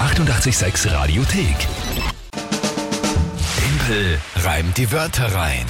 886 Radiothek. Tempel reimt die Wörter rein.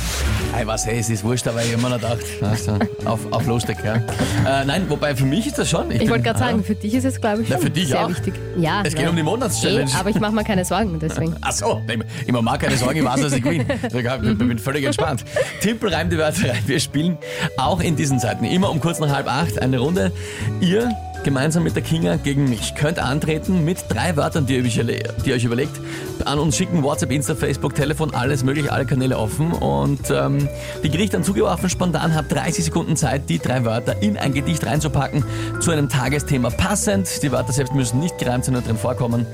Ich weiß, hey, es ist wurscht, aber ich hab mir noch gedacht, also, auf, auf lustig, ja. Äh, nein, wobei, für mich ist das schon. Ich bin- wollte gerade sagen, für dich ist es, glaube ich, Na, schon für dich sehr auch. wichtig. Ja, Es geht nein. um die Monatschallenge. Eh, aber ich mache mir keine Sorgen, deswegen. Ach so, ich ich mach mir keine Sorgen, ich weiß, dass ich gewinne. Ich bin- bin völlig entspannt. Timpel reimt die Wörter rein. Wir spielen auch in diesen Zeiten immer um kurz nach halb acht eine Runde. Ihr gemeinsam mit der Kinga gegen mich könnt antreten mit drei Wörtern, die ihr, euch erle- die ihr euch überlegt. An uns schicken WhatsApp, Insta, Facebook, Telefon, alles möglich, alle Kanäle offen. Und ähm, die kriege ich dann zugeworfen spontan, habt 30 Sekunden Zeit, die drei Wörter in ein Gedicht reinzupacken, zu einem Tagesthema passend. Die Wörter selbst müssen nicht gereimt, sondern drin vorkommen.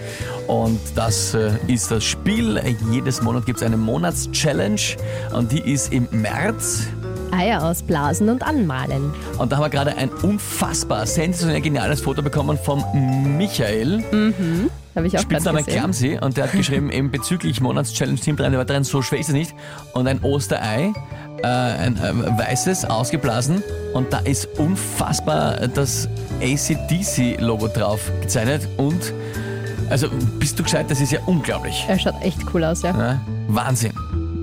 Und das äh, ist das Spiel. Jedes Monat gibt es eine Monatschallenge und die ist im März. Eier ausblasen und anmalen. Und da haben wir gerade ein unfassbar sensationell geniales Foto bekommen vom Michael. Habe ich auch gerade Spitzname gesehen. Clumsy und der hat geschrieben, eben bezüglich Monatschallenge Team 3 der weiteren, so schwer ist es nicht. Und ein Osterei, äh, ein äh, weißes, ausgeblasen und da ist unfassbar das ACDC-Logo drauf gezeichnet und also bist du gescheit, das ist ja unglaublich. Er schaut echt cool aus, ja. Ja, Wahnsinn.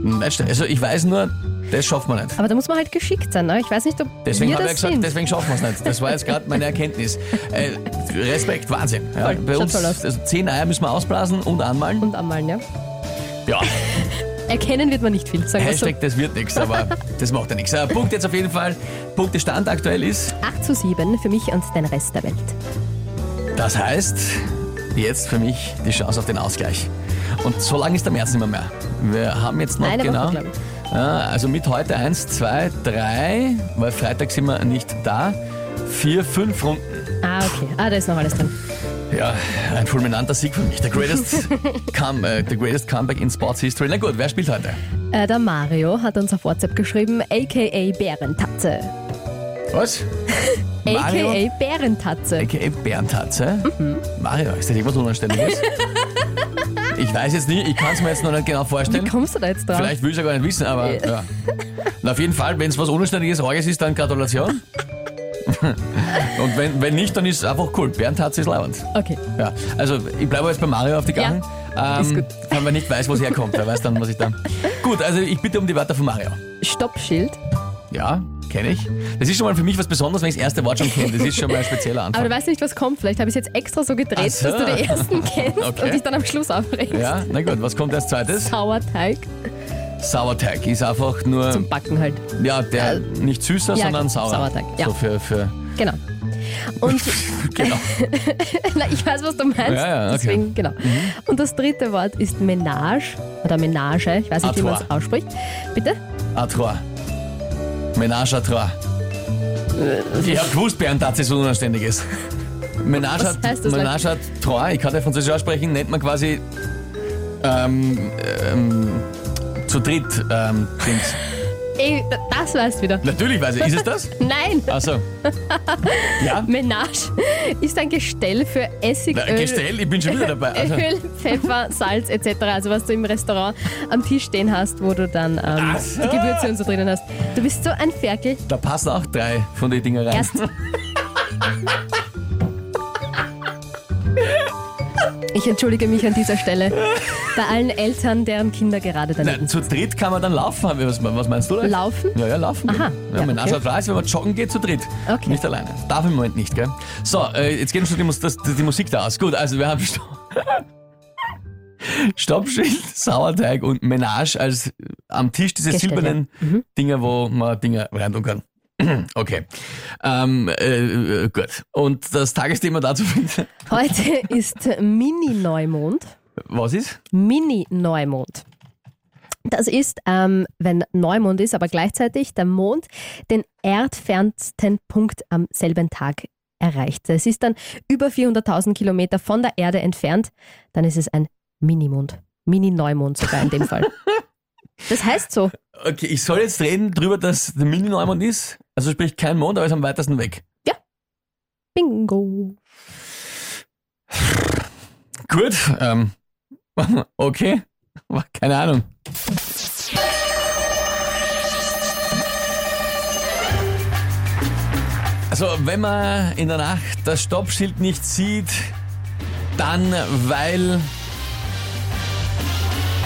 Nicht schlecht. Also ich weiß nur, das schafft man nicht. Aber da muss man halt geschickt sein, ne? Ich weiß nicht, ob Deswegen wir habe das ich ja gesagt, sind. deswegen schaffen wir es nicht. Das war jetzt gerade meine Erkenntnis. Äh, Respekt, Wahnsinn. Ja, Voll, bei schaut uns, toll aus. also zehn Eier müssen wir ausblasen und anmalen. und anmalen, ja. Ja. Erkennen wird man nicht viel, sagen wir so. Äh, Hashtag, das wird nichts, aber das macht ja nichts. Äh, Punkt jetzt auf jeden Fall. Punktestand aktuell ist. 8 zu 7 für mich und den Rest der Welt. Das heißt, jetzt für mich die Chance auf den Ausgleich. Und so lange ist der März nicht mehr mehr. Wir haben jetzt noch Eine Woche, genau. glaub ja, also mit heute eins, zwei, drei, weil Freitag sind wir nicht da. Vier, fünf Runden. Ah, okay. Ah, da ist noch alles drin. Ja, ein fulminanter Sieg für mich. The greatest, come, äh, the greatest comeback in Sports History. Na gut, wer spielt heute? Äh, der Mario hat uns auf WhatsApp geschrieben, a.k.a. Bärentatze. Was? A.k.a. Mario? Bärentatze. A.k.a. Berntatze. Mhm. Mario, ist das irgendwas Unanständiges? ich weiß jetzt nicht, ich kann es mir jetzt noch nicht genau Wie vorstellen. kommst du da jetzt drauf? Vielleicht will ich ja gar nicht wissen, aber Ja. ja. Und auf jeden Fall, wenn es was Unanständiges Orges ist, dann Gratulation. Und wenn, wenn nicht, dann ist es einfach cool. Berntatze ist lauernd. Okay. Ja, also ich bleibe jetzt bei Mario auf die Gang. Ähm, Ja, ist gut. Wenn man nicht weiß, wo es herkommt, wer weiß dann, was ich da. Gut, also ich bitte um die Wörter von Mario. Stoppschild. Ja, kenne ich. Das ist schon mal für mich was Besonderes, wenn ich das erste Wort schon kenne. Das ist schon mal ein spezieller Aber du Anfang. weißt nicht, was kommt. Vielleicht habe ich es jetzt extra so gedreht, Ach so. dass du die ersten kennst Okay. und dich dann am Schluss aufregst. Ja, na gut, was kommt als zweites? Sauerteig Sauerteig ist einfach nur, zum Backen halt. ja, der äh, nicht süßer, ja, sondern sauer. Sauerteig, ja. So für, für, Genau. Und genau. na, ich weiß, was du meinst. Ja, ja, okay. Mhm. Deswegen, genau. Und das dritte Wort ist Menage oder Menage. Ich weiß nicht, wie man es Artois. ausspricht. Bitte? A trois. Menage à trois. Ich hab gewusst, Berntatze ist was Unanständiges. Menage, Was heißt à, das Menage à trois, ich kann ja Französisch aussprechen, nennt man quasi ähm, ähm, zu dritt ähm, Dings. Ey, das weißt du wieder. Natürlich weiß ich, ist es das? Nein! Achso. Ja? Menage ist ein Gestell für Essig, Na, Öl, Gestell, ich bin schon wieder dabei. Also, Äh, Öl, Pfeffer, Salz etc. Also was du im Restaurant am Tisch stehen hast, wo du dann ähm, Ach so. die Gewürze und so drinnen hast. Du bist so ein Ferkel. da passen auch drei von den Dingen rein. Erst. Ich entschuldige mich an dieser Stelle bei allen Eltern, deren Kinder gerade daneben Nein, zu dritt kann man dann laufen, haben wir- was, was meinst du da? Laufen? Ja, ja, laufen. Aha, Ja, ja, mein okay. Arsch weiß, wenn man joggen geht, zu dritt. Okay. Nicht alleine. Darf im Moment nicht, gell? So, äh, jetzt geht uns schon die, Mus das, die Musik da aus. Gut, also wir haben Sto Stoppschild, Sauerteig und Menage als äh, am Tisch diese Gestell, Mhm. silbernen Dinger, wo man Dinger reintun kann. Okay. Ähm, äh, äh, gut. Und das Tagesthema dazu, bitte. Heute ist Mini-Neumond. was ist? Mini-Neumond. Das ist, ähm, wenn Neumond ist, aber gleichzeitig der Mond den erdfernsten Punkt am selben Tag erreicht. Es ist dann über 400.000 Kilometer von der Erde entfernt. Dann ist es ein Minimond. Mini-Neumond sogar in dem Fall. Das heißt so. Okay, ich soll jetzt reden drüber, dass der Mini-Neumond ist. Also sprich kein Mond, aber ist am weitesten weg. Bingo. Gut, ähm, okay, keine Ahnung. Also, wenn man in der Nacht das Stoppschild nicht sieht, Dann, weil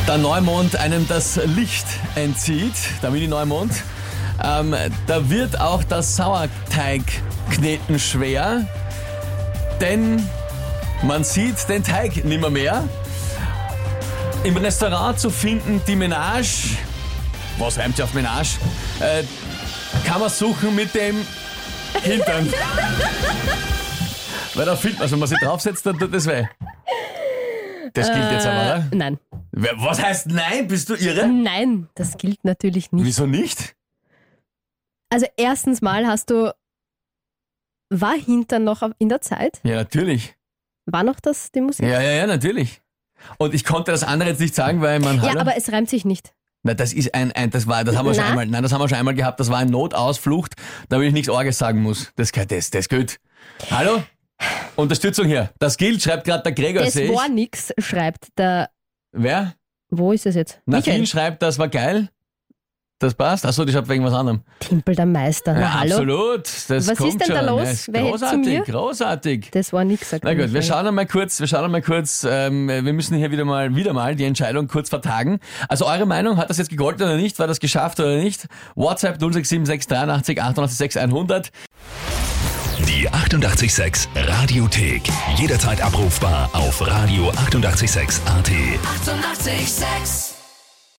der Neumond einem das Licht entzieht, der Mini-Neumond. Ähm, da wird auch das Sauerteigkneten schwer, denn man sieht den Teig nimmer mehr. Im Restaurant zu finden die Menage, was reimt sich auf Menage, äh, kann man suchen mit dem Hintern. Weil da findet man, wenn man sich draufsetzt, dann tut das weh. Das gilt jetzt aber, oder? Äh, Nein. Wer- Was heißt nein? Bist du irre? Nein, das gilt natürlich nicht. Wieso nicht? Also erstens mal hast du, war Hintern noch in der Zeit? Ja, natürlich. War noch das die Musik? Ja, ja, ja, natürlich. Und ich konnte das andere jetzt nicht sagen, weil man Ja, Hallo? aber es reimt sich nicht. Na, das ist ein, ein das war, das haben wir schon Na? einmal, nein, das haben wir schon einmal gehabt, das war ein Notausflucht, damit ich nichts Orges sagen muss. Das gehört, das, das gilt. Hallo? Unterstützung hier. Das gilt, schreibt gerade der Gregor, Das sehe ich. war nix, schreibt der, Wer? wo ist es jetzt? Nadine Michael schreibt, das war geil. Das passt. Achso, die schreibt wegen was anderem. Timpel, der Meister. Na, Ja, hallo? absolut. Das Was kommt ist denn da schon. los? Ja, ist Wer hält zu großartig, mir? großartig. Das war nix, sagt Na gut, wir Michael. schauen einmal kurz, wir schauen einmal kurz, ähm, wir müssen hier wieder mal, wieder mal die Entscheidung kurz vertagen. Also eure Meinung, hat das jetzt gegolten oder nicht? War das geschafft oder nicht? WhatsApp 0676 88 100. Die 886 Radiothek. Jederzeit abrufbar auf radio886.at. 886! 886